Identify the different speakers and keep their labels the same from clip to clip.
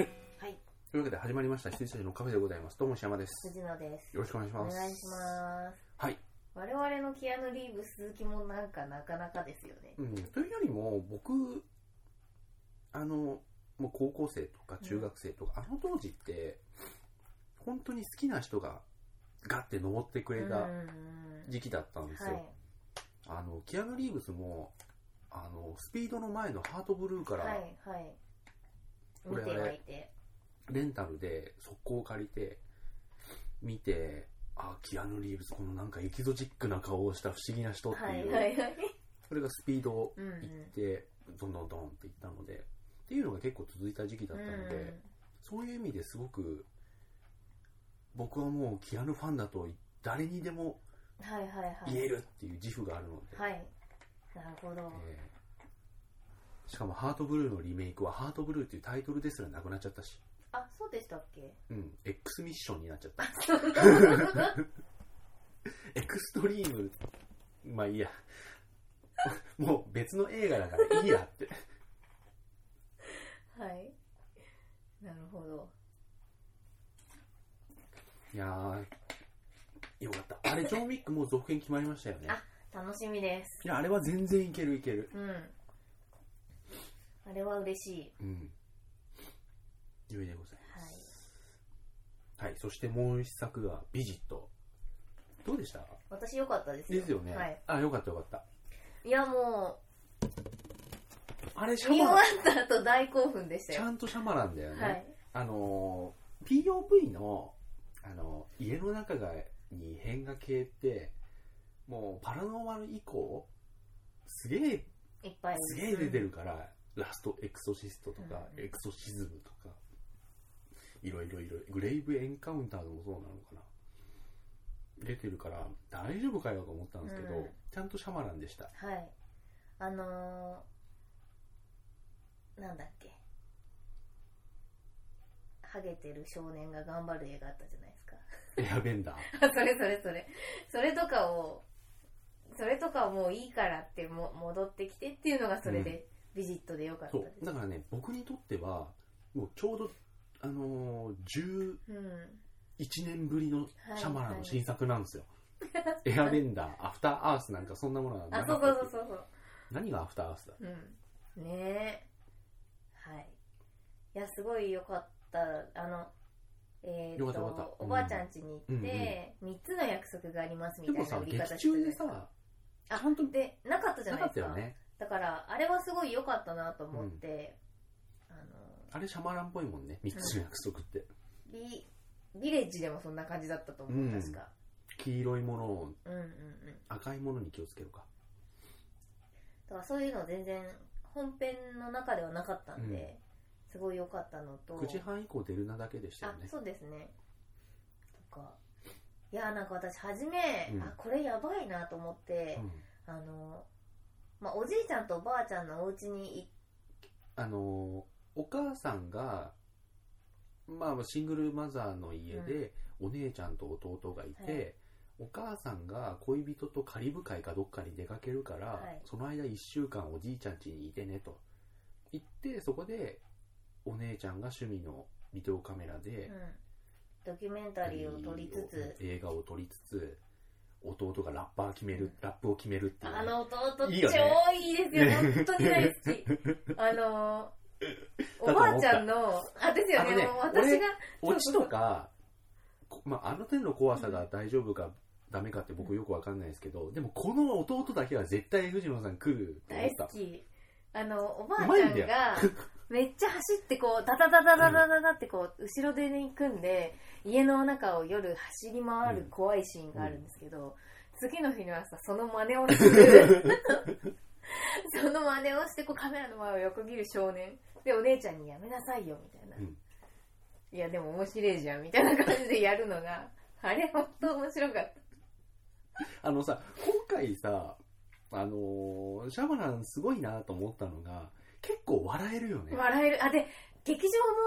Speaker 1: というわけで始まりました、羊たちのカフェでございます。どうも石山です。
Speaker 2: 藤野です。
Speaker 1: よろしくお願いし
Speaker 2: お
Speaker 1: ます。
Speaker 2: 願いします。
Speaker 1: はい。
Speaker 2: 我々のキアヌ・リーブス鈴木もなんかなかなかですよね。
Speaker 1: うん、というよりも、僕、あの、もう高校生とか中学生とか、あの当時って、本当に好きな人がガッて登ってく
Speaker 2: こ
Speaker 1: れ
Speaker 2: う
Speaker 1: た
Speaker 2: ん
Speaker 1: 時期だったんです
Speaker 2: は
Speaker 1: よ。
Speaker 2: い。
Speaker 1: あの、キアヌ・リーブスも、あの、スピードの前のハートブルーから、
Speaker 2: はい、はい。
Speaker 1: これ
Speaker 2: 見
Speaker 1: あ
Speaker 2: て
Speaker 1: れ
Speaker 2: はいて。
Speaker 1: レンタルで速攻借りて、見て、あ、キアヌ・リーブス、このなんかエキゾチックな顔をした不思議な人って、
Speaker 2: はいいうはいはい。
Speaker 1: それがスピード
Speaker 2: うんう
Speaker 1: 行っ
Speaker 2: ん。
Speaker 1: て、どんどんどんっていったので、っていうのが結構続いた時期だったので、
Speaker 2: うん
Speaker 1: そういう意味ですごく、僕はもうキアヌファンだと誰にでも
Speaker 2: はいはいはい。
Speaker 1: 言えるっていう自負があるので、
Speaker 2: はい。なるほど。
Speaker 1: えーしかもハートブルーのリメイクはハートブルーっていうタイトルですらなくなっちゃったし、
Speaker 2: あ、そうでしたっけ
Speaker 1: うん、X ミッションになっちゃった。 エクストリーム、まあいいや。もう別の映画だからいいやって。
Speaker 2: はい。なるほど。
Speaker 1: いやー、よかった。あれ、ジョン・ウィックもう続編決まりましたよね。
Speaker 2: あ楽しみです。
Speaker 1: いや、あれは全然いけるいける。
Speaker 2: うん。あれは嬉しい。
Speaker 1: うん。良いでございま
Speaker 2: はい。
Speaker 1: す。はい、そしてもう一作が、ビジット。どうでした
Speaker 2: 私良かったですよ。
Speaker 1: ですよね。
Speaker 2: はい。
Speaker 1: あ、よかったよかった。
Speaker 2: いやも
Speaker 1: あれ、シ
Speaker 2: う、見
Speaker 1: ャ
Speaker 2: 終わ
Speaker 1: マ、
Speaker 2: った後大興奮でした
Speaker 1: ち
Speaker 2: よ
Speaker 1: ゃ。んとシャマなんだよね。
Speaker 2: はい。
Speaker 1: あのー、POV の、あのー家の中がに変化系って、もうパラノーマル以降、すげえ
Speaker 2: いっぱい
Speaker 1: すげえ出てるから、ラストエクソシストとか、
Speaker 2: うん
Speaker 1: エクソシズムとか、いろいろいろ、グレイブエンカウンターでもそうなのかな。出てるから、大丈夫かよと思ったんですけど、
Speaker 2: うん
Speaker 1: ちゃんとシャマランでした。
Speaker 2: はいあのー、なんだっけハゲてる少年が頑張る映画あったじゃないですか
Speaker 1: エアベンダー。
Speaker 2: それそれそれそれとかをそれとかもういいからっても戻ってきてっていうのがそれで、ビジットでよかった
Speaker 1: そ
Speaker 2: で
Speaker 1: う。だからね、僕にとっては、もうちょうど、あのー、
Speaker 2: すうん
Speaker 1: 11年ぶりの
Speaker 2: はい
Speaker 1: シャマランの新作なんですよ。エアベンダー、アフターアースなんかそんなものはなか
Speaker 2: あ
Speaker 1: っ
Speaker 2: そ
Speaker 1: た
Speaker 2: うそうそうそうそう
Speaker 1: 何がアフターアースだ
Speaker 2: うん、ねえはいいやすごいよかったあのえー、
Speaker 1: よか
Speaker 2: と
Speaker 1: ったよかった
Speaker 2: おばあちゃん家に行って、三3つの約束がありますみ
Speaker 1: でも
Speaker 2: たいな
Speaker 1: さ、
Speaker 2: 売り方
Speaker 1: 劇
Speaker 2: してた
Speaker 1: 中
Speaker 2: じゃな
Speaker 1: で
Speaker 2: いか
Speaker 1: さ、
Speaker 2: あ
Speaker 1: ちゃんと
Speaker 2: でなかったじゃ
Speaker 1: な
Speaker 2: ない
Speaker 1: か
Speaker 2: で
Speaker 1: っ
Speaker 2: す
Speaker 1: た
Speaker 2: か
Speaker 1: よね。
Speaker 2: だからあれはすごい良かったなと思って、あの
Speaker 1: あれシャマランっぽいもんね3つの約束って、
Speaker 2: ビビレッジでもそんな感じだったと思う、
Speaker 1: うん
Speaker 2: 確か
Speaker 1: 黄色いものを
Speaker 2: うんうんうん
Speaker 1: 赤いものに気をつけろか
Speaker 2: だからそういうの全然本編の中ではなかったんで、すごい良かったのと
Speaker 1: 9時半以降出るなだけでしたよね
Speaker 2: あそうですねとかいやなんか私初め、
Speaker 1: うん
Speaker 2: あこれやばいなと思って、
Speaker 1: うん
Speaker 2: あの、まあ、おじいちゃんとおばあちゃんのお家に
Speaker 1: あのーお母さんがまあシングルマザーの家で、お姉ちゃんと弟がいて、
Speaker 2: はい
Speaker 1: お母さんが恋人とカリブ海かどっかに出かけるから、
Speaker 2: はい
Speaker 1: その間1週間おじいちゃん家にいてねと言ってそこでお姉ちゃんが趣味のビデオカメラで、
Speaker 2: 行、うん、ドキュメンタリーを撮りつつ、
Speaker 1: 映画を撮りつつ弟がラッパー決めるラップを決めるっていうね、
Speaker 2: あの弟
Speaker 1: いいよね
Speaker 2: 超い いですよ
Speaker 1: ね
Speaker 2: 本当に大好きあのおばあちゃんのあですよ
Speaker 1: あの
Speaker 2: ね
Speaker 1: ね
Speaker 2: もう私が
Speaker 1: オチとか、こまあ、あの点の怖さが大丈夫か、ダメかって僕よくわかんないですけどでもこの弟だけは絶対藤野さん来ると思っ
Speaker 2: 大好
Speaker 1: た
Speaker 2: きあのおばあ
Speaker 1: う
Speaker 2: ち
Speaker 1: ま
Speaker 2: ゃ
Speaker 1: いん
Speaker 2: ん
Speaker 1: だよ
Speaker 2: がめっちゃ走ってこうダダダダダダダダってこう後ろ手に行くんで家の中を夜走り回る怖いシーンがあるんですけど、次の日の朝その真似をす るその真似をしてこうカメラの前を横切る少年でお姉ちゃんにやめなさいよみたいな、
Speaker 1: うん
Speaker 2: いやでも面白いじゃんみたいな感じでやるのがあれ本当面白かった
Speaker 1: あのさ今回さあのーシャマランすごいなと思ったのが結構笑えるよね、
Speaker 2: 笑えるあで劇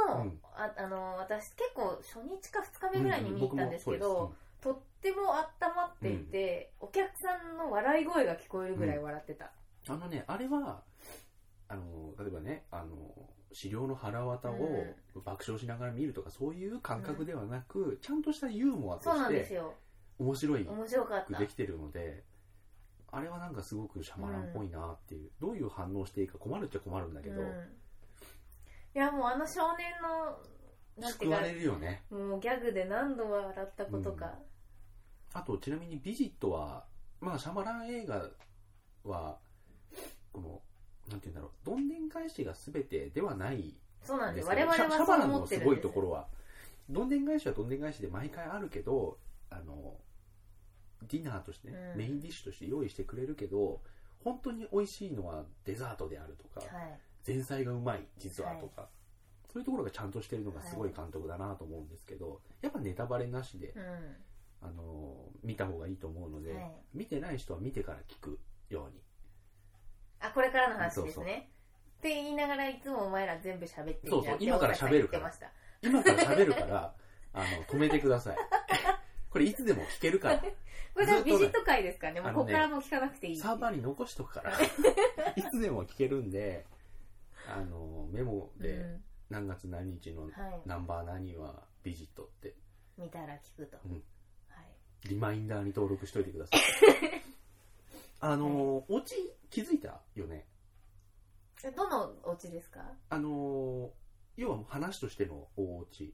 Speaker 2: 場も、
Speaker 1: うん
Speaker 2: ああの私結構初日か2日目ぐらいに見に行
Speaker 1: 僕
Speaker 2: った
Speaker 1: も
Speaker 2: んです
Speaker 1: そう
Speaker 2: けど、とっても温まっていて、お客さんの笑い声が聞こえるぐらい笑ってた、
Speaker 1: あのね、あれは、あの、例えばね、あの、資料の腹渡を
Speaker 2: う
Speaker 1: 爆笑しながら見るとか、そういう感覚ではなく、ちゃんとしたユーモアと
Speaker 2: そうな
Speaker 1: し
Speaker 2: んです
Speaker 1: て
Speaker 2: よ
Speaker 1: 面白いく
Speaker 2: 面白かった
Speaker 1: できてるのであれはなんかすごくシャマランっぽいなっていう、どういう反応していいか困るっちゃ困るんだけど、
Speaker 2: うん、いやもうあの少年のなんて
Speaker 1: 救
Speaker 2: いうか
Speaker 1: われるよね
Speaker 2: もうギャグで何度笑ったことか、
Speaker 1: あとちなみに「ビジットは」まあシャマラン映画はこのなんて言うんだろうどんでん返しが全てではない
Speaker 2: そうなん
Speaker 1: で
Speaker 2: ですす
Speaker 1: けど
Speaker 2: 我々
Speaker 1: シャシ
Speaker 2: は
Speaker 1: ャバ
Speaker 2: そう
Speaker 1: ラン
Speaker 2: 思
Speaker 1: の
Speaker 2: って
Speaker 1: す
Speaker 2: る
Speaker 1: ご
Speaker 2: ん
Speaker 1: い
Speaker 2: です
Speaker 1: ところはどんでん返しはどんでん返しで毎回あるけどあのディナーとしてね、
Speaker 2: うん
Speaker 1: メインディッシュとして用意してくれるけど本当に美味しいのはデザートであるとか、
Speaker 2: はい
Speaker 1: 前菜がうまい実はとか、そういうところがちゃんとしてるのがすごい監督だなと思うんですけど、やっぱネタバレなしで、
Speaker 2: う
Speaker 1: あの見た方がいいと思うので、
Speaker 2: はい
Speaker 1: 見てない人は見てから聞くように
Speaker 2: んあこれからの話です
Speaker 1: そう
Speaker 2: ね
Speaker 1: そう
Speaker 2: って言いながらいつもお前ら全部喋ってるじゃん
Speaker 1: そうそう
Speaker 2: って
Speaker 1: 今から喋るから
Speaker 2: 大田さん
Speaker 1: 今から喋るからあの止めてくだ さいこれいつでも聞けるから
Speaker 2: 言ってましたこれでビジット会ですかねも
Speaker 1: あ
Speaker 2: う
Speaker 1: のね
Speaker 2: ここからもう聞かなくていい
Speaker 1: サーバーに残しとくから いつでも聞けるんであのメモ
Speaker 2: う
Speaker 1: で
Speaker 2: ん
Speaker 1: 何月何日の
Speaker 2: はい
Speaker 1: ナンバー何はビジットって
Speaker 2: 見たら聞くと、
Speaker 1: うん
Speaker 2: はい
Speaker 1: リマインダーに登録しといてください あのお家気づいたよね
Speaker 2: えどのお家ですか
Speaker 1: あの要は話としてのお家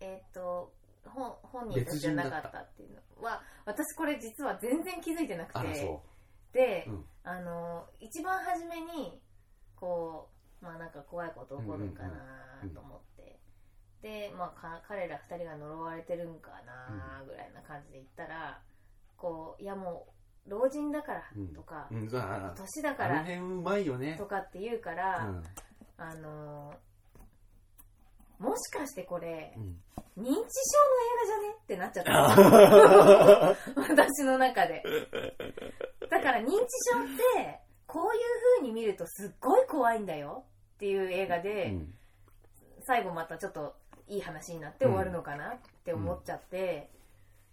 Speaker 2: えっ、と本本人たちじゃなかったっていうのは私これ実は全然気づいてなくて
Speaker 1: あらそ
Speaker 2: で、
Speaker 1: うん
Speaker 2: あの一番初めにこうまあなんか怖いこと起こるんかなと思って、で、まあ、か彼ら二人が呪われてるんかなぐらいな感じで言ったら、こういやもう老人だからとか、
Speaker 1: ううんあ
Speaker 2: 年だ
Speaker 1: あ
Speaker 2: か
Speaker 1: あの
Speaker 2: ら
Speaker 1: 辺うまいよね
Speaker 2: とかって言うか
Speaker 1: う
Speaker 2: ら、
Speaker 1: ん
Speaker 2: あのもしかしてこ れ
Speaker 1: うん
Speaker 2: 認知症の映画じゃねってなっちゃった
Speaker 1: あ
Speaker 2: 私の中で。だから認知症って、こういう風に見るとすっごい怖いんだよっていう映画
Speaker 1: う
Speaker 2: で、
Speaker 1: ん
Speaker 2: 最後またちょっといい話になって終わるのかなって思っちゃって、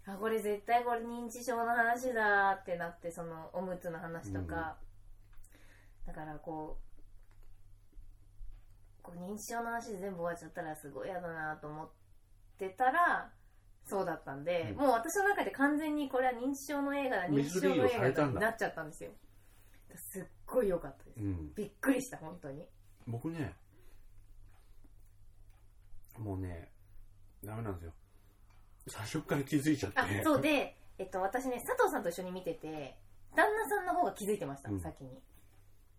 Speaker 2: あ、これ絶対これ認知症の話だってなって、そのおむつの話とか、だからこう、こう認知症の話で全部終わっちゃったらすごい嫌だなと思ってたら、そうだったんで、
Speaker 1: うん
Speaker 2: もう私の中で完全にこれは認知症の映画だ、認知症の
Speaker 1: ミスリードされ
Speaker 2: 映画
Speaker 1: た
Speaker 2: だ
Speaker 1: ん
Speaker 2: に
Speaker 1: だ
Speaker 2: なっちゃったんですよ。すっごい良かったです
Speaker 1: う。ん
Speaker 2: びっくりした、本当に。
Speaker 1: 僕ねもうねダメなんですよ最初から気づいちゃって
Speaker 2: あ、そうで、えっと、私ね、佐藤さんと一緒に見てて、旦那さんの方が気づいてました、
Speaker 1: うん
Speaker 2: 先に。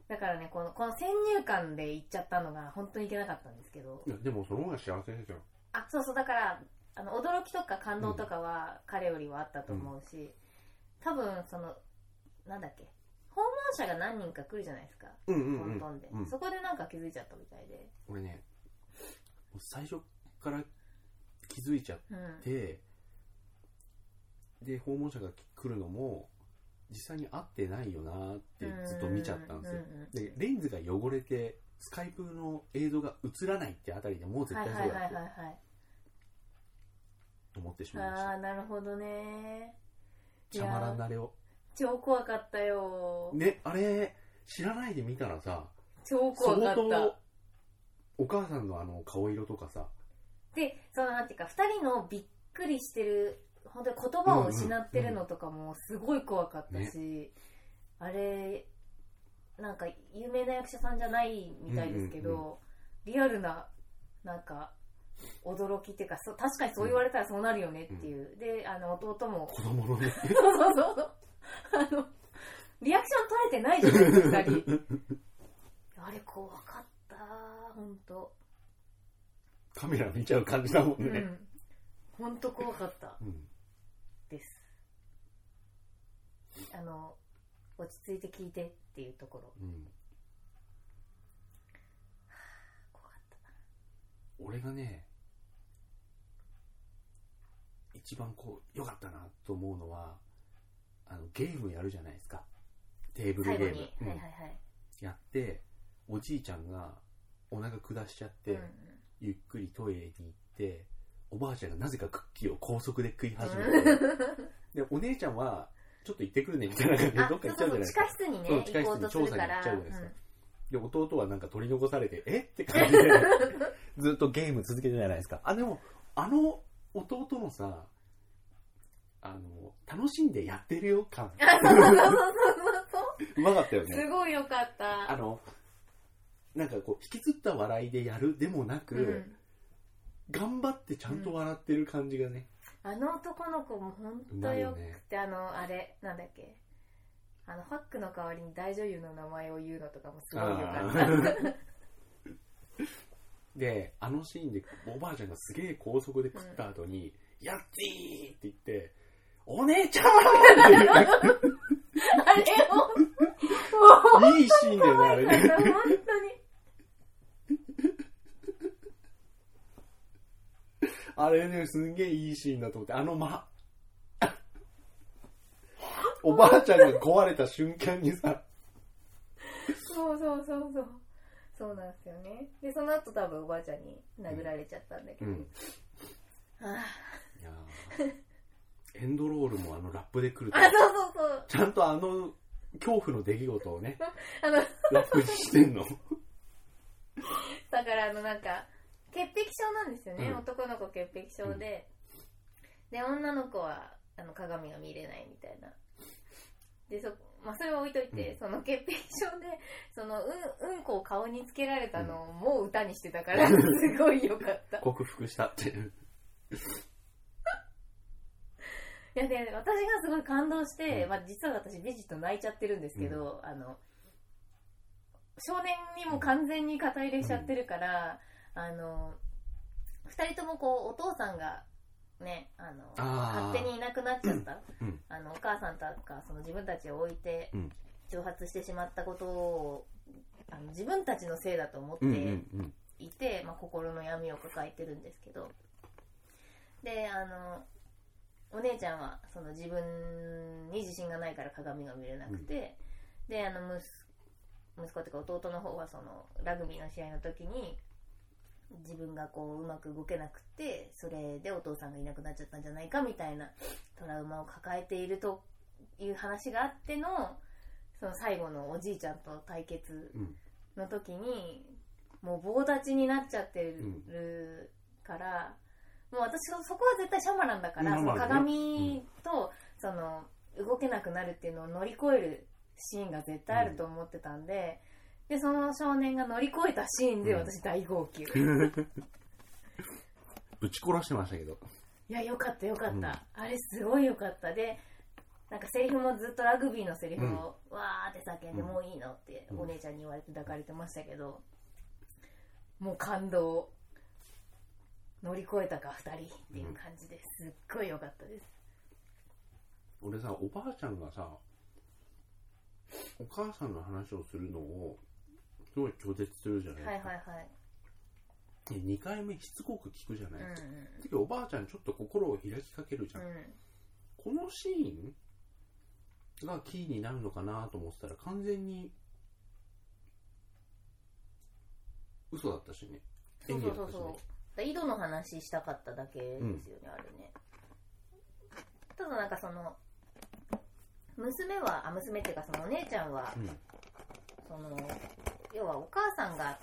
Speaker 2: だからね、この、この先入観で行っちゃったのが、本当にいけなかったんですけど
Speaker 1: い。やでもその方が幸せですよ
Speaker 2: あ、そうそう、だから、あの、驚きとか感動とかは、彼よりはあったと思うし、多分、その、なんだっけ、訪問者が何人か来るじゃないですか、
Speaker 1: うんう
Speaker 2: ト
Speaker 1: んう
Speaker 2: ン
Speaker 1: ん
Speaker 2: トンで。
Speaker 1: うん
Speaker 2: そこでなんか気づいちゃったみたいで。
Speaker 1: 俺ねもう最初から気づいちゃっ
Speaker 2: うん。
Speaker 1: てで訪問者が来るのも実際に会ってないよなーってずっと見ちゃったんですよ
Speaker 2: うう
Speaker 1: でレンズが汚れてスカイプの映像が映らないってあたりでもう絶
Speaker 2: は
Speaker 1: 対
Speaker 2: い
Speaker 1: そうだ
Speaker 2: はいはいは
Speaker 1: っ
Speaker 2: い
Speaker 1: て
Speaker 2: はい。
Speaker 1: 思ってしまいまし
Speaker 2: あ
Speaker 1: た
Speaker 2: あーなるほどね
Speaker 1: シャマラン慣れを
Speaker 2: 超怖かったよ、
Speaker 1: ねあれ知らないで見たらさ
Speaker 2: 超怖か
Speaker 1: 相
Speaker 2: っ
Speaker 1: 当
Speaker 2: た
Speaker 1: お母さんのあの顔色とかさ
Speaker 2: でそのなんていうか2人のびっくりしてる本当に言葉を失ってるのとかもすごい怖かったし、あれなんか有名な役者さんじゃないみたいですけど、
Speaker 1: うんうん
Speaker 2: リアルななんか驚きっていうかそう確かにそう言われたらそうなるよねっていう、であの弟も
Speaker 1: 子供のね
Speaker 2: そうそうそう。あの、リアクション取れてないじゃないですか、二人。あれ、怖かった、本当。
Speaker 1: カメラ見ちゃう感じだも
Speaker 2: うん
Speaker 1: ね、
Speaker 2: ん。本当怖かった
Speaker 1: うん
Speaker 2: です。あの、落ち着いて聞いてっていうところ。
Speaker 1: うん
Speaker 2: 怖かっ
Speaker 1: 俺がね一番こう良かったなと思うのはあのゲームやるじゃないですかテーブ
Speaker 2: た。
Speaker 1: ル
Speaker 2: 最
Speaker 1: ゲ
Speaker 2: 後
Speaker 1: ー
Speaker 2: に
Speaker 1: ム、、うん
Speaker 2: はいはいはい。
Speaker 1: やっておじいちゃんがお腹下しちゃって、
Speaker 2: うん
Speaker 1: ゆっくりトイレに行っておばあちゃんがなぜかクッキーを高速で食い始めて、
Speaker 2: うん
Speaker 1: でお姉ちゃんはちょっと行ってくるねみたいな感じで
Speaker 2: あ、
Speaker 1: ど
Speaker 2: そ
Speaker 1: っ
Speaker 2: う
Speaker 1: か行っちゃじゃないう
Speaker 2: そううそ、
Speaker 1: です
Speaker 2: 地
Speaker 1: か
Speaker 2: 下室にね、
Speaker 1: そう地下
Speaker 2: 行
Speaker 1: 室
Speaker 2: こ
Speaker 1: に
Speaker 2: うとす
Speaker 1: 調
Speaker 2: る
Speaker 1: 査に
Speaker 2: か
Speaker 1: 行っ
Speaker 2: ら
Speaker 1: ちゃうじゃないですか。で、弟はなんか取り残されて、えって感 じで、ずっとゲーム続けてたじゃないですか。あ、でも、あの弟のさ、あの、楽しんでやってるよ感、
Speaker 2: あ、そうそうそうそうそう
Speaker 1: うまかったよ
Speaker 2: そう。
Speaker 1: ね。
Speaker 2: すごいよかっ
Speaker 1: あ
Speaker 2: た。
Speaker 1: の、なんかこう、引きずった笑いでやるでもなく、
Speaker 2: うん
Speaker 1: 頑張ってちゃんと笑ってる感じがね、
Speaker 2: あの男の子も本
Speaker 1: うま
Speaker 2: 当
Speaker 1: い
Speaker 2: よ
Speaker 1: よ
Speaker 2: く
Speaker 1: ね。
Speaker 2: て、あの、あれ、なんだっけ。あの、ファックの代わりに大女優の名前を言うのとかもすごいよかった。
Speaker 1: あーで、あのシーンでおばあちゃんがすげえ高速で食った後に、やっちーって言って、お姉ちゃん
Speaker 2: あれを、もう、
Speaker 1: いいシーンだよね、あれ
Speaker 2: 本
Speaker 1: ね。
Speaker 2: 当に。
Speaker 1: あれね、すんげえいいシーンだと思って、あの間。 おばあちゃんが壊れた瞬間にさ、
Speaker 2: そうそうそうそう。そうなんですよね。で、その後多分おばあちゃんに殴られちゃったんだけど。
Speaker 1: うん
Speaker 2: あ
Speaker 1: いやーエンドロールもあのラップで来る
Speaker 2: ー
Speaker 1: と
Speaker 2: あ、、そうそうそう。
Speaker 1: ちゃんとあの恐怖の出来事をね、
Speaker 2: あの、
Speaker 1: ラップにして んの。
Speaker 2: だからあのなんか潔癖症なんですよね、
Speaker 1: うん
Speaker 2: 男の子潔癖症で、で女の子はあの鏡が見れないみたいなでそ,、まあ、それは置いといて、
Speaker 1: うん
Speaker 2: その潔癖症でそのうんうんこを顔につけられたのをもう歌にしてたか らすごいよかったい
Speaker 1: 克服したっていう。
Speaker 2: やで私がすごい感動して、
Speaker 1: うん
Speaker 2: まあ、実は私ビジット泣いちゃってるんですけど、あの少年にも完全に肩入れしちゃってるから、あの2人ともこうお父さんがねあの
Speaker 1: あー
Speaker 2: 勝手にいなくなっちゃった、
Speaker 1: うんうん
Speaker 2: あのお母さんとかその自分たちを置いて
Speaker 1: うん
Speaker 2: 蒸発してしまったことをあの自分たちのせいだと思って
Speaker 1: うんうん
Speaker 2: いて、まあ、心の闇を抱えてるんですけどであのお姉ちゃんはその自分に自信がないから鏡が見れなくて、であの息息子というか弟の方はそのラグビーの試合の時に自分がこううまく動けなくてそれでお父さんがいなくなっちゃったんじゃないかみたいなトラウマを抱えているという話があってのその最後のおじいちゃんと対決
Speaker 1: うん。
Speaker 2: の時にもう棒立ちになっちゃってるから、もう私そそこは絶対シャマランだから、
Speaker 1: うん
Speaker 2: その
Speaker 1: まあね
Speaker 2: 鏡と、その動けなくなるっていうのを乗り越えるシーンが絶対あると思ってたんで、でその少年が乗り越えたシーンで
Speaker 1: うん
Speaker 2: 私大号泣、い
Speaker 1: ぶち殺してましたけど。
Speaker 2: やよかったよかった、
Speaker 1: うん
Speaker 2: あれすごいよかったでなんかセリフもずっとラグビーのセリフをわーって叫んで、
Speaker 1: うん
Speaker 2: もういいのって
Speaker 1: うん
Speaker 2: お姉ちゃんに言われて抱かれてましたけど、もう感動乗り越えたか2人っていう感じですっごい良かったです
Speaker 1: 俺さ、おばあちゃんがさ、お母さんの話をするのを、すごい拒絶するじゃない
Speaker 2: はい
Speaker 1: で
Speaker 2: は
Speaker 1: す
Speaker 2: い
Speaker 1: か。
Speaker 2: はい
Speaker 1: で2回目しつこく聞くじゃな
Speaker 2: う
Speaker 1: い
Speaker 2: ん
Speaker 1: ですか。時おばあちゃんちょっと心を開きかけるじゃん。
Speaker 2: うん
Speaker 1: このシーンがキーになるのかなと思ってたら完全に嘘だったしね。
Speaker 2: うん
Speaker 1: 演
Speaker 2: そ
Speaker 1: 技
Speaker 2: う
Speaker 1: だ
Speaker 2: そ
Speaker 1: っ
Speaker 2: う
Speaker 1: たしね。
Speaker 2: そう井戸の話したかっただけですよね、あれねただなんかその娘はあ娘っていうかそのお姉ちゃんは
Speaker 1: うん
Speaker 2: その要はお母さんが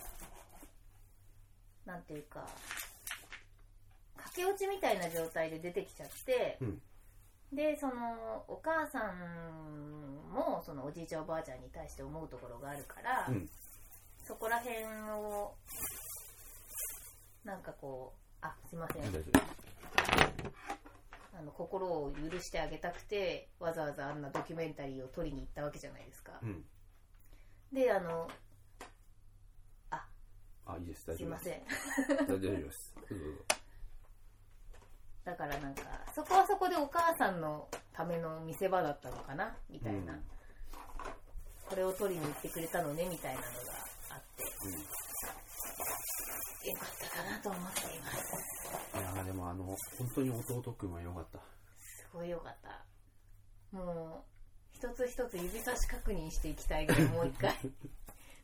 Speaker 2: なんていうか駆け落ちみたいな状態で出てきちゃって、
Speaker 1: うん
Speaker 2: でそのお母さんもそのおじいちゃんおばあちゃんに対して思うところがあるから、
Speaker 1: うん
Speaker 2: そこら辺をなんかこうあすいません
Speaker 1: 大丈夫
Speaker 2: あの心を許してあげたくてわざわざあんなドキュメンタリーを撮りに行ったわけじゃないですか、
Speaker 1: うん。
Speaker 2: であの
Speaker 1: あ、いいです。大
Speaker 2: す
Speaker 1: 丈
Speaker 2: い
Speaker 1: 夫で
Speaker 2: ま
Speaker 1: す。
Speaker 2: せ
Speaker 1: 大
Speaker 2: ん
Speaker 1: 丈夫です。どうぞどうぞ
Speaker 2: だからなんかそこはそこでお母さんのための見せ場だったのかなみたいな、
Speaker 1: うん
Speaker 2: これを取りに行ってくれたのねみたいなのがあって
Speaker 1: うん
Speaker 2: よかったかなと思っています
Speaker 1: いやーでもあの、本当に弟くんは良かった。
Speaker 2: すごいよかったもう一つ一つ指差し確認していきたいけどもう一 回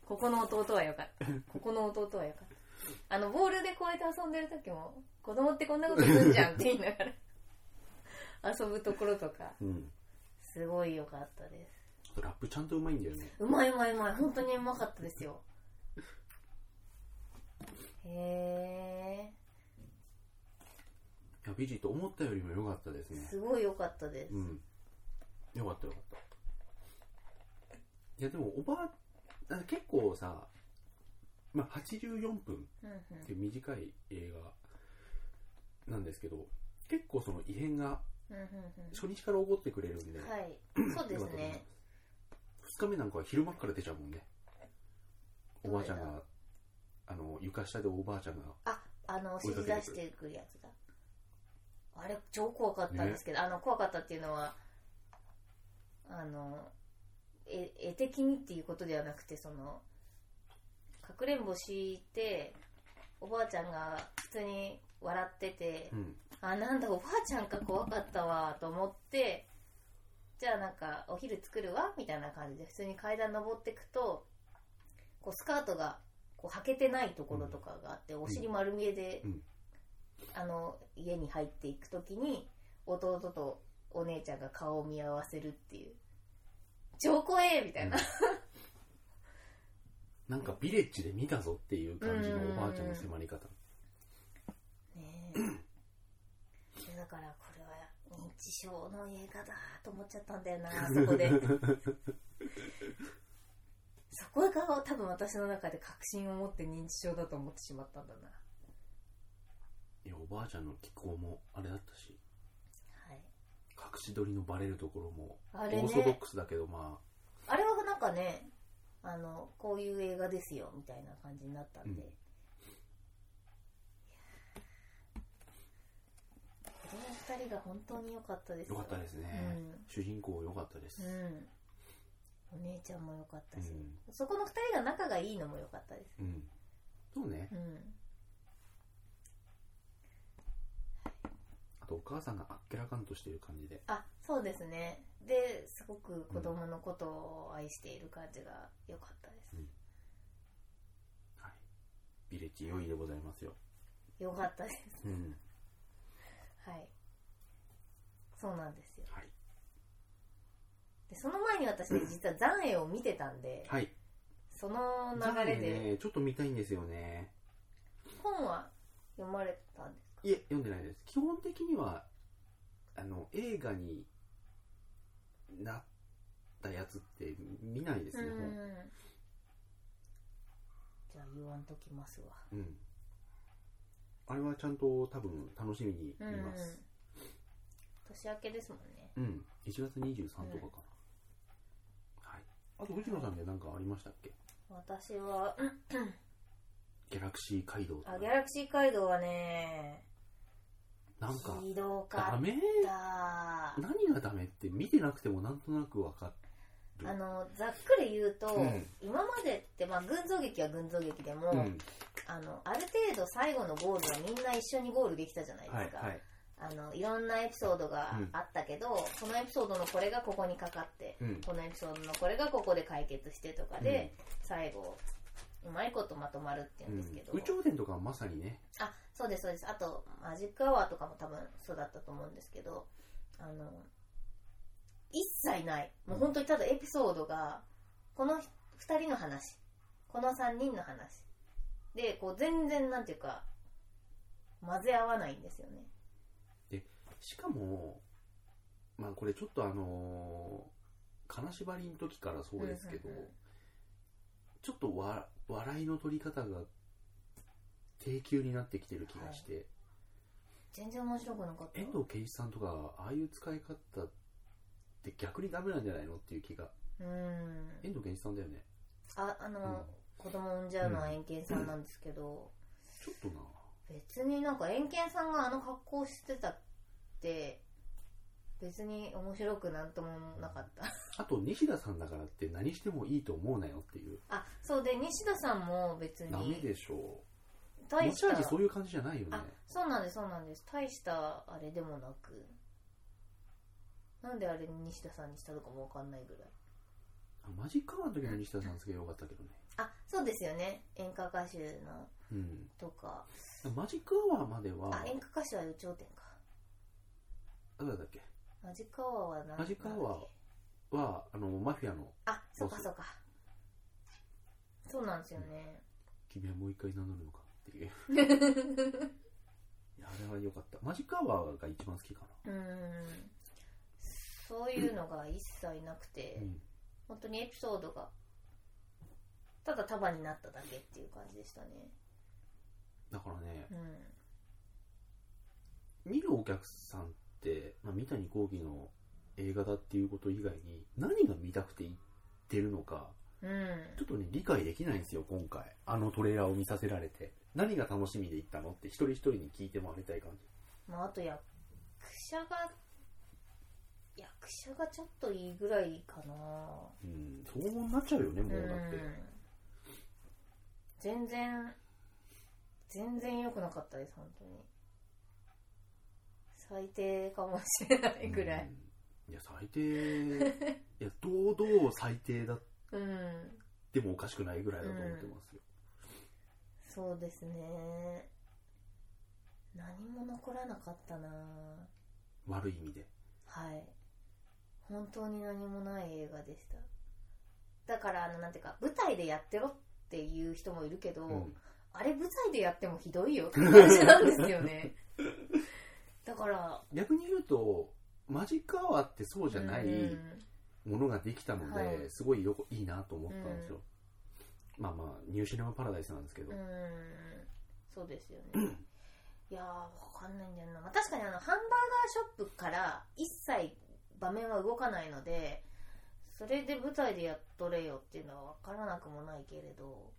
Speaker 2: ここの弟はよかったここの弟はよかったあのボールでこうやって遊んでる時も子供ってこんなことするじゃんって言いながら遊ぶところとか
Speaker 1: うん。
Speaker 2: すごいよかったです
Speaker 1: ラップちゃんとうまいんだよね。
Speaker 2: うまいうまいうまい本当にうまかったですよへ
Speaker 1: いやビリーと思ったよりも良かったです
Speaker 2: え
Speaker 1: ね
Speaker 2: すごい良かったです、
Speaker 1: うんよかったよかったいやでもおばああ結構さ、まあ、84分
Speaker 2: うんうん
Speaker 1: って短い映画なんですけど結構その異変が
Speaker 2: うんうんうん
Speaker 1: 初日から起こってくれるんで、
Speaker 2: はいそうで
Speaker 1: よかったと思い
Speaker 2: す
Speaker 1: ます
Speaker 2: ね
Speaker 1: 2日目なんかは昼間から出ちゃうもんねおばあちゃん
Speaker 2: どれ
Speaker 1: があの床下でおばあちゃんが
Speaker 2: ああの
Speaker 1: 追い
Speaker 2: 知
Speaker 1: かけてくる
Speaker 2: り出してくるやつだあれ超怖かったんですけど、あの怖かったっていうのはあの絵絵的にっていうことではなくてそのかくれんぼしておばあちゃんが普通に笑ってて、
Speaker 1: うん
Speaker 2: あなんだおばあちゃんか怖かったわと思ってじゃあなんかお昼作るわみたいな感じで普通に階段登ってくとこうスカートがこう履けてないところとかがあって、お尻丸見えで、
Speaker 1: うん
Speaker 2: あの家に入っていく時に弟とお姉ちゃんが顔を見合わせるっていう超怖えみたいな、
Speaker 1: なんかビレッジで見たぞっていう感じのおばあちゃんの迫り方
Speaker 2: ねえいやだからこれは認知症の映画だと思っちゃったんだよなそこでそこが多分私の中で確信を持って認知症だと思ってしまったんだな
Speaker 1: はいやおばあちゃんの気候もあれだったし
Speaker 2: い
Speaker 1: 隠し撮りのバレるところも
Speaker 2: あ
Speaker 1: オ
Speaker 2: れ
Speaker 1: ーソドッ
Speaker 2: ね
Speaker 1: クスだけどま
Speaker 2: あれはなんかねあのこういう映画ですよみたいな感じになったんで、
Speaker 1: うん
Speaker 2: いやー子供二人が本当に良かったです
Speaker 1: あよかったですね、
Speaker 2: うん
Speaker 1: 主人公良かったです、
Speaker 2: うんお姉ちゃんも良かったし、
Speaker 1: うん
Speaker 2: そこの2人が仲がいいのも良かったです
Speaker 1: うんそうね
Speaker 2: うん
Speaker 1: あとお母さんがあっけらかんとしてる感じで
Speaker 2: あそうですねですごく子供のことを愛している感じが良かったです
Speaker 1: はいビレッジ良いでございますよ
Speaker 2: 良かったです
Speaker 1: う ん
Speaker 2: はいそうなんですよ
Speaker 1: はい、
Speaker 2: でその前に私ね実は残影を見てたんで、
Speaker 1: はい、
Speaker 2: その流れ
Speaker 1: 残念
Speaker 2: で
Speaker 1: ねちょっと見たいんですよね
Speaker 2: 本は読まれたんですか
Speaker 1: いえ読んでないです基本的にはあの映画になったやつって見ないですね、
Speaker 2: う
Speaker 1: もうん
Speaker 2: じゃあ言わんときますわ
Speaker 1: うん、あれはちゃんと多分楽しみに見ます
Speaker 2: うん、年明けですもんね
Speaker 1: うん、1月23とかかな、はいあと藤野さんで何かありましたっけ
Speaker 2: 私は
Speaker 1: ギャラクシー街道とか
Speaker 2: あギャラクシー街道はね
Speaker 1: なんか
Speaker 2: ひど
Speaker 1: ダ
Speaker 2: かっ
Speaker 1: メ
Speaker 2: た
Speaker 1: 何がダメって見てなくてもなんとなく分かる
Speaker 2: あのざっくり言うと、
Speaker 1: うん
Speaker 2: 今までって、まあ、群像劇は群像劇でも、
Speaker 1: うん、はい
Speaker 2: あのある程度最後のゴールはみんな一緒にゴールできたじゃないです
Speaker 1: はい
Speaker 2: か、い、あのいろんなエピソードがあったけど、このエピソードのこれがここにかかって、
Speaker 1: うん
Speaker 2: このエピソードのこれがここで解決してとかで、最後うまいことまとまるっていうんですけど、
Speaker 1: 宇頂天とかはまさにね
Speaker 2: あそうですそうですあとマジックアワーとかも多分そうだったと思うんですけどあの一切ないもう本当にただエピソードがこの2人の話この3人の話でこう全然なんていうか混ぜ合わないんですよね
Speaker 1: しかもまあこれちょっとあのー金縛りの時からそうですけど、
Speaker 2: うんうんうん
Speaker 1: ちょっとわ笑いの取り方が低級になってきてる気がして、
Speaker 2: 全然面白くなかった
Speaker 1: 遠藤圭一さんとかああいう使い方って逆にダメなんじゃないのっていう気が
Speaker 2: うん
Speaker 1: 遠藤圭一さんだよね
Speaker 2: ああの、
Speaker 1: うん
Speaker 2: 子供産んじゃうのは円形さんなんですけど、
Speaker 1: ちょっとな
Speaker 2: 別になんか円形さんがあの格好してたって別に面白くなんともなかった
Speaker 1: あと西田さんだからって何してもいいと思うなよっていう
Speaker 2: あそうで西田さんも別
Speaker 1: ダメ
Speaker 2: に
Speaker 1: でしょう
Speaker 2: 大
Speaker 1: 持
Speaker 2: し
Speaker 1: ち
Speaker 2: た
Speaker 1: 味そういう感じじゃないよね
Speaker 2: あそうなんですそうなんです大したあれでもなくなんであれ西田さんにしたのかもわかんないぐらい
Speaker 1: あマジックアワーの時の西田さんすげえよかったけどね
Speaker 2: あそうですよね演歌歌手の
Speaker 1: うん
Speaker 2: とか
Speaker 1: マジックアワーまでは、
Speaker 2: あ演歌歌手は有頂天か
Speaker 1: あなんだっけ
Speaker 2: マジカワーはな
Speaker 1: マジカワー
Speaker 2: なんだっ
Speaker 1: は、あの、マフィアの、
Speaker 2: けあそうかそうかそうなんですよね
Speaker 1: 君はもう一回名乗るのか。っていう。いやあれは良かった。マジックアワーが一番好きか
Speaker 2: うんそういうのが一切なくて、
Speaker 1: な。うん。
Speaker 2: 本当にエピソードがただ束になっただけっていう感じでしたね
Speaker 1: だからね、
Speaker 2: う
Speaker 1: 見るお客さんって、まあ、三谷幸喜の映画だっていうこと以外に、何が見たくて行ってるのか、
Speaker 2: んうん
Speaker 1: ちょっとね、理解できないんですよ、今回。あのトレーラーを見させられて。何が楽しみで行ったのって一人一人に聞いてもらいたい感じ。
Speaker 2: まああと役者が役者がちょっといいぐらいかな
Speaker 1: うん、そうなっちゃうよね、もうだって。
Speaker 2: 全然全然良くなかったです本当に最低かもしれないぐらい
Speaker 1: うん。いや、最 低、いや、堂々最低だっ
Speaker 2: うん、
Speaker 1: てもおかしくないぐらいだと思ってますよ。
Speaker 2: そうですね何も残らなかったな
Speaker 1: 悪い意味で。
Speaker 2: はい本当に何もない映画でしただからあのなんていうか舞台でやってろっていう人もいるけど、
Speaker 1: うん
Speaker 2: あれ舞台でやってもひどいよって感じなんですよ ねだから
Speaker 1: 逆に言うと、マジックアワーってそうじゃない
Speaker 2: うん
Speaker 1: ものができたので、
Speaker 2: はい
Speaker 1: すごいよこいいなと思ったんですよ。まあまあ、ニューシネマパラダイスなんですけど。
Speaker 2: うーんそうですよね。いやー、わかんないんだよな。まあ、確かにあの、ハンバーガーショップから一切場面は動かないので、それで舞台でやっとれよっていうのはわからなくもないけれど、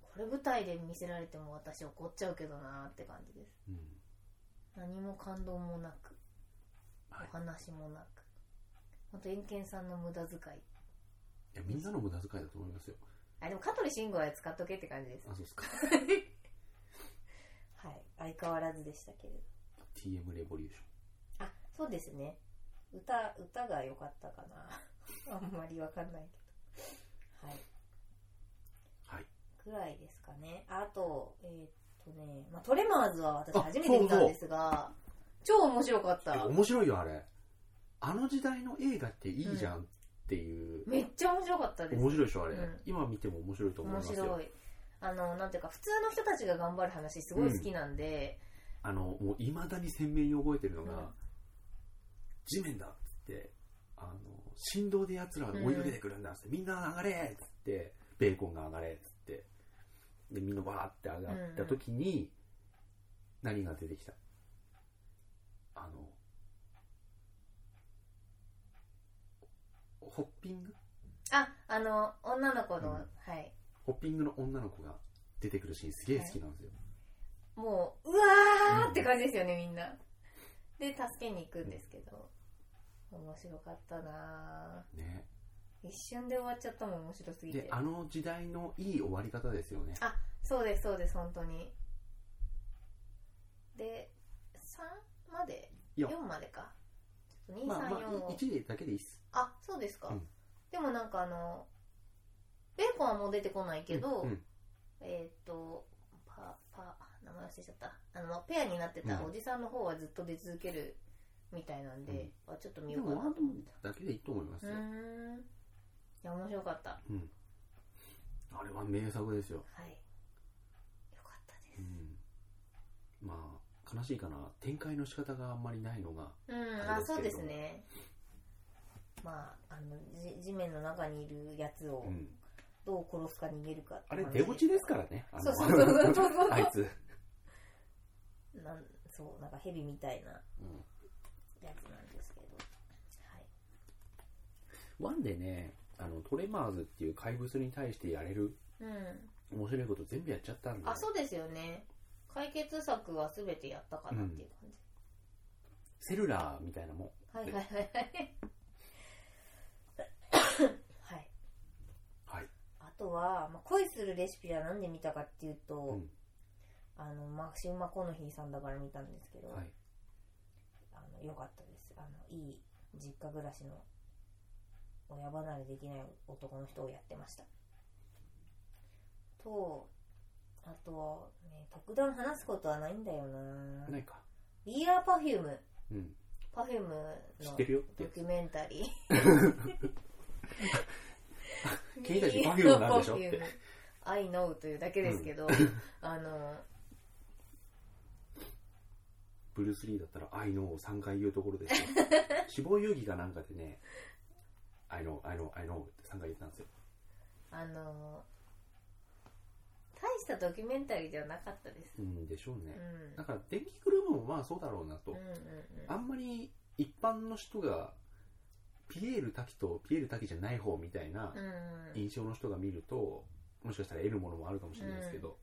Speaker 2: これ舞台で見せられても私怒っちゃうけどなーって感じです。
Speaker 1: うん
Speaker 2: 何も感動もなく、
Speaker 1: はい
Speaker 2: お話もなく。ほんと、エンケンさんの無駄遣い。
Speaker 1: いやみんなの無駄遣いだと思いますよ。
Speaker 2: あ、でも、香取慎吾は使っとけって感 じです。
Speaker 1: あ、そうです か。
Speaker 2: はい。相変わらずでしたけれど。
Speaker 1: TM レボリューシ
Speaker 2: あそうですね歌歌が良かったか なあんまりわかんないけどは
Speaker 1: ョ
Speaker 2: い
Speaker 1: ン。はい。
Speaker 2: くらいですかねあとえーっとね、まあ、トレマーズは私
Speaker 1: あ
Speaker 2: 初めて見たんですが超面白かっ
Speaker 1: いや
Speaker 2: た
Speaker 1: 面白いよ、あれ。あの時代の映画っていいじゃんっていう。
Speaker 2: めっちゃ面白かったです
Speaker 1: 面白いでしょ、あれ、
Speaker 2: うん
Speaker 1: 今見ても面白いと思いま
Speaker 2: 面
Speaker 1: すよ
Speaker 2: 白。いあのなんていうか普通の人たちが頑張る話すごい好きなんで、
Speaker 1: あの、もう未だに鮮明に覚えてるのが、
Speaker 2: うん
Speaker 1: 地面だっつって、あの、振動で奴らが追いかけてくるんだっつって、みんな上がれっつって、ベーコンが上がれっつって、で、みんなわーって上がった時に、何が出てきたあの、ホッピング
Speaker 2: ああの女の子の、
Speaker 1: うん
Speaker 2: はい
Speaker 1: ホッピングの女の子が出てくるシーンすげえ好きなんですよ。
Speaker 2: もう、うわーって感じですよね、みんな。で、助けに行くんですけど、面白かったな
Speaker 1: ね。
Speaker 2: ー一瞬で終わっちゃったもん、面白すぎ
Speaker 1: で
Speaker 2: て、。
Speaker 1: あの時代のいい終わり方ですよね。
Speaker 2: そうです、そうです、本当に。で、3まで
Speaker 1: いや
Speaker 2: ?4 までか。ちょっと2、
Speaker 1: まあま
Speaker 2: 3、4
Speaker 1: あ、
Speaker 2: を。
Speaker 1: 1例だけでいいっす。
Speaker 2: あ、そうですか。
Speaker 1: うん
Speaker 2: でもなんかあの、ベーコンはもう出てこないけど、
Speaker 1: うんうん
Speaker 2: えーっ、と、パ、パ、名前忘れちゃった。あの、ペアになってた
Speaker 1: うん
Speaker 2: おじさんの方はずっと出続けるみたいなんで、あちょっと見
Speaker 1: で
Speaker 2: ようか
Speaker 1: も、
Speaker 2: な
Speaker 1: ワン
Speaker 2: と思って
Speaker 1: だけでいいと思います
Speaker 2: た。う
Speaker 1: よ
Speaker 2: ー。ん。いや、面白かった。は
Speaker 1: うん。あれは名作ですよ。
Speaker 2: い。よかった
Speaker 1: う
Speaker 2: です。
Speaker 1: ん。まあ、悲しいかな。展開の仕方があんまりないのが、
Speaker 2: うん、
Speaker 1: あれ
Speaker 2: あ、
Speaker 1: ですけれども
Speaker 2: そうですね。まあ、あのじ地面の中にいるやつを
Speaker 1: うん。
Speaker 2: どう殺すか逃げるかって
Speaker 1: あれ
Speaker 2: 話、
Speaker 1: 出落ちですからね。あ
Speaker 2: そ
Speaker 1: の
Speaker 2: うそうそうそうそう
Speaker 1: あいつ。
Speaker 2: なんそうなんか蛇みたいな
Speaker 1: うん
Speaker 2: やつなんですけど、はい、
Speaker 1: ワンでね、あの、トレマーズっていう怪物に対してやれる
Speaker 2: うん、
Speaker 1: 面白いこと全部やっちゃったんで、
Speaker 2: あそうですよね解決策は全てやったかなっていう感じ、
Speaker 1: セルラーみたいなもん。
Speaker 2: はいはいはいはいはい
Speaker 1: はい。
Speaker 2: あとは、まあ、恋するレシピは何で見たかっていうと、
Speaker 1: うん
Speaker 2: あのマクシム・マコノヒーさんだから見たんですけど、
Speaker 1: はい。
Speaker 2: あの良かったですあのいい実家暮らしの親離れできない男の人をやってましたとあと、ね、特段話すことはないんだよな
Speaker 1: ないか。
Speaker 2: We Are Perfume
Speaker 1: うん。
Speaker 2: Perfume
Speaker 1: 知っ
Speaker 2: の
Speaker 1: てるよっ
Speaker 2: ド
Speaker 1: て。
Speaker 2: キュメンタリー
Speaker 1: 君たち Perfume なんでしょ
Speaker 2: We
Speaker 1: っ
Speaker 2: are
Speaker 1: て
Speaker 2: Perfume I know というだけですけど、あの
Speaker 1: ブルース・リーだったら「I know」を3回言うところですよ 死亡遊戯がなんかでね「I know I know I know」って3回言ったんですよ
Speaker 2: あのー大したドキュメンタリーじゃなかったです
Speaker 1: うんでしょう
Speaker 2: うん
Speaker 1: ね、だから電気グルーヴもまあそうだろうなと、
Speaker 2: うんうん
Speaker 1: あんまり一般の人がピエール滝とピエール滝じゃない方みたいな
Speaker 2: うんうん
Speaker 1: 印象の人が見るともしかしたら得るものもあるかもしれないですけど、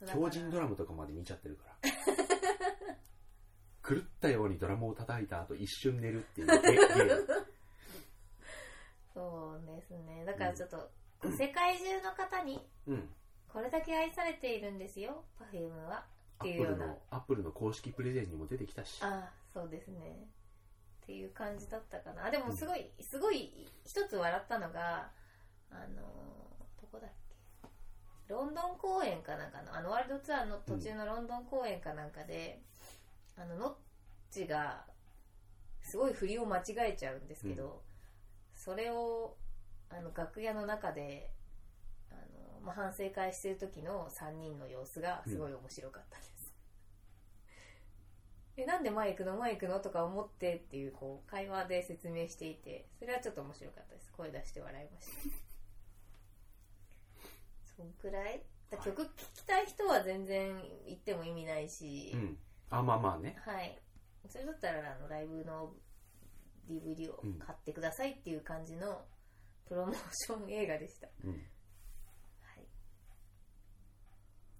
Speaker 2: そうだから
Speaker 1: 強靭ドラムとかまで見ちゃってるから 狂ったようにドラムを叩いた後一瞬寝るっていうえ え
Speaker 2: そうですねだからちょっと、世界中の方に
Speaker 1: うん
Speaker 2: これだけ愛されているんですよ Perfume はっ
Speaker 1: ア
Speaker 2: て
Speaker 1: ッ
Speaker 2: いう
Speaker 1: プ
Speaker 2: よう
Speaker 1: ル
Speaker 2: な
Speaker 1: のアップルの公式プレゼンにも出てきたし
Speaker 2: ああそうですねっていう感じだったかなあでもすごい、すごい一つ笑ったのがあのーどこだっけロンドン公演かなんかのあのワールドツアーの途中のロンドン公演かなんかで、あのノッチがすごい振りを間違えちゃうんですけど、それをあの楽屋の中であの、まあ、反省会してる時の3人の様子がすごい面白かったです、 でなんで前行くの前行くのとか思ってっていうこう会話で説明していてそれはちょっと面白かったです声出して笑いました そんくらいだから曲聴きたい人は全然行っても意味ないし、
Speaker 1: うんあまあまあね
Speaker 2: はい、それだったらあのライブの DVD を買ってくださいっていう感じのプロモーション映画でした、
Speaker 1: うん
Speaker 2: はい、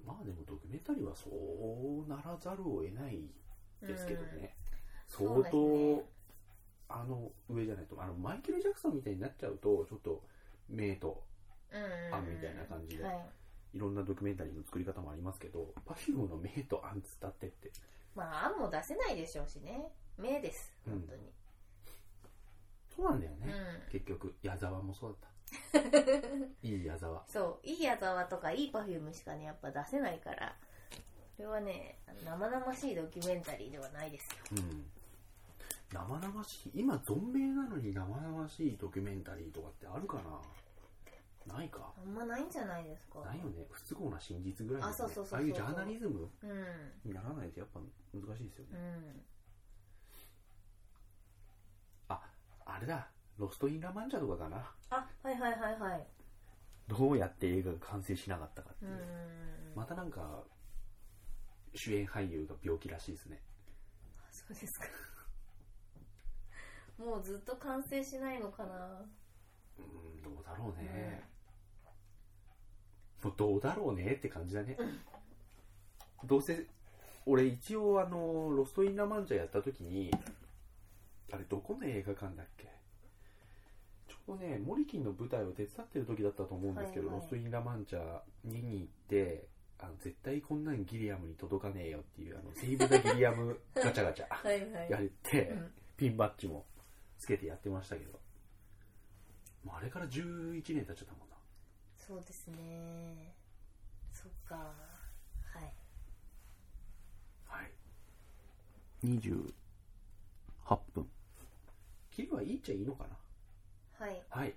Speaker 1: まあでもドキュメンタリーはそうならざるを得ないですけどね、
Speaker 2: うん
Speaker 1: 相当、
Speaker 2: そうですね
Speaker 1: あの上じゃないとあのマイケル・ジャクソンみたいになっちゃうとちょっと名と
Speaker 2: うんうん
Speaker 1: あみたいな感じで
Speaker 2: はい、
Speaker 1: いろんなドキュメンタリーの作り方もありますけど Perfume の名と案つったってって
Speaker 2: まあ案も出せないでしょうしね名です
Speaker 1: うん
Speaker 2: 本当に
Speaker 1: そうなんだよね、
Speaker 2: うん、
Speaker 1: 結局矢沢もそうだ ったいい矢沢
Speaker 2: そういい矢沢とかいいパフュームしかねやっぱ出せないからこれはね生々しいドキュメンタリーではないですよ
Speaker 1: うん生々しい今存命なのに生々しいドキュメンタリーとかってあるかなないか
Speaker 2: あんまないんじゃないですか
Speaker 1: ないよね不都合な真実ぐらいのね
Speaker 2: あそうそうそうそう
Speaker 1: ああいうジャーナリズム
Speaker 2: うん
Speaker 1: にならないとやっぱ難しいですよね、
Speaker 2: うん
Speaker 1: ああれだロスト・イン・ラ・マンチャとかかな
Speaker 2: あはいはいはいはい
Speaker 1: どうやって映画が完成しなかったかって
Speaker 2: う
Speaker 1: い
Speaker 2: ん
Speaker 1: う、
Speaker 2: うんうん
Speaker 1: またなんか主演俳優が病気らしいですね
Speaker 2: そうですか。もうずっと完成しないのかな。
Speaker 1: うんどうだろうね、もうどうだろうねって感じだね、どうせ俺一応あのロスト・イン・ラ・マンジャやった時にあれどこの映画館だっけちょうどねモリキンの舞台を手伝ってる時だったと思うんですけど、
Speaker 2: はいはい
Speaker 1: ロスト・イン・ラ・マンチャ見に行ってあの絶対こんなんギリアムに届かねえよっていうあのセーブ・ザ・ギリアムガチャガチャ
Speaker 2: はいはい。
Speaker 1: やって、
Speaker 2: うん
Speaker 1: ピンバッジもつけてやってましたけど、もうあれから11年経っちゃったもんな。
Speaker 2: そうですね。そっか。はい。
Speaker 1: はい。28分。切るはいいっちゃいいのか
Speaker 2: はい。
Speaker 1: なはい。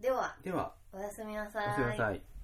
Speaker 2: では、
Speaker 1: では、
Speaker 2: おやすみな
Speaker 1: お
Speaker 2: さ
Speaker 1: やすみなさい。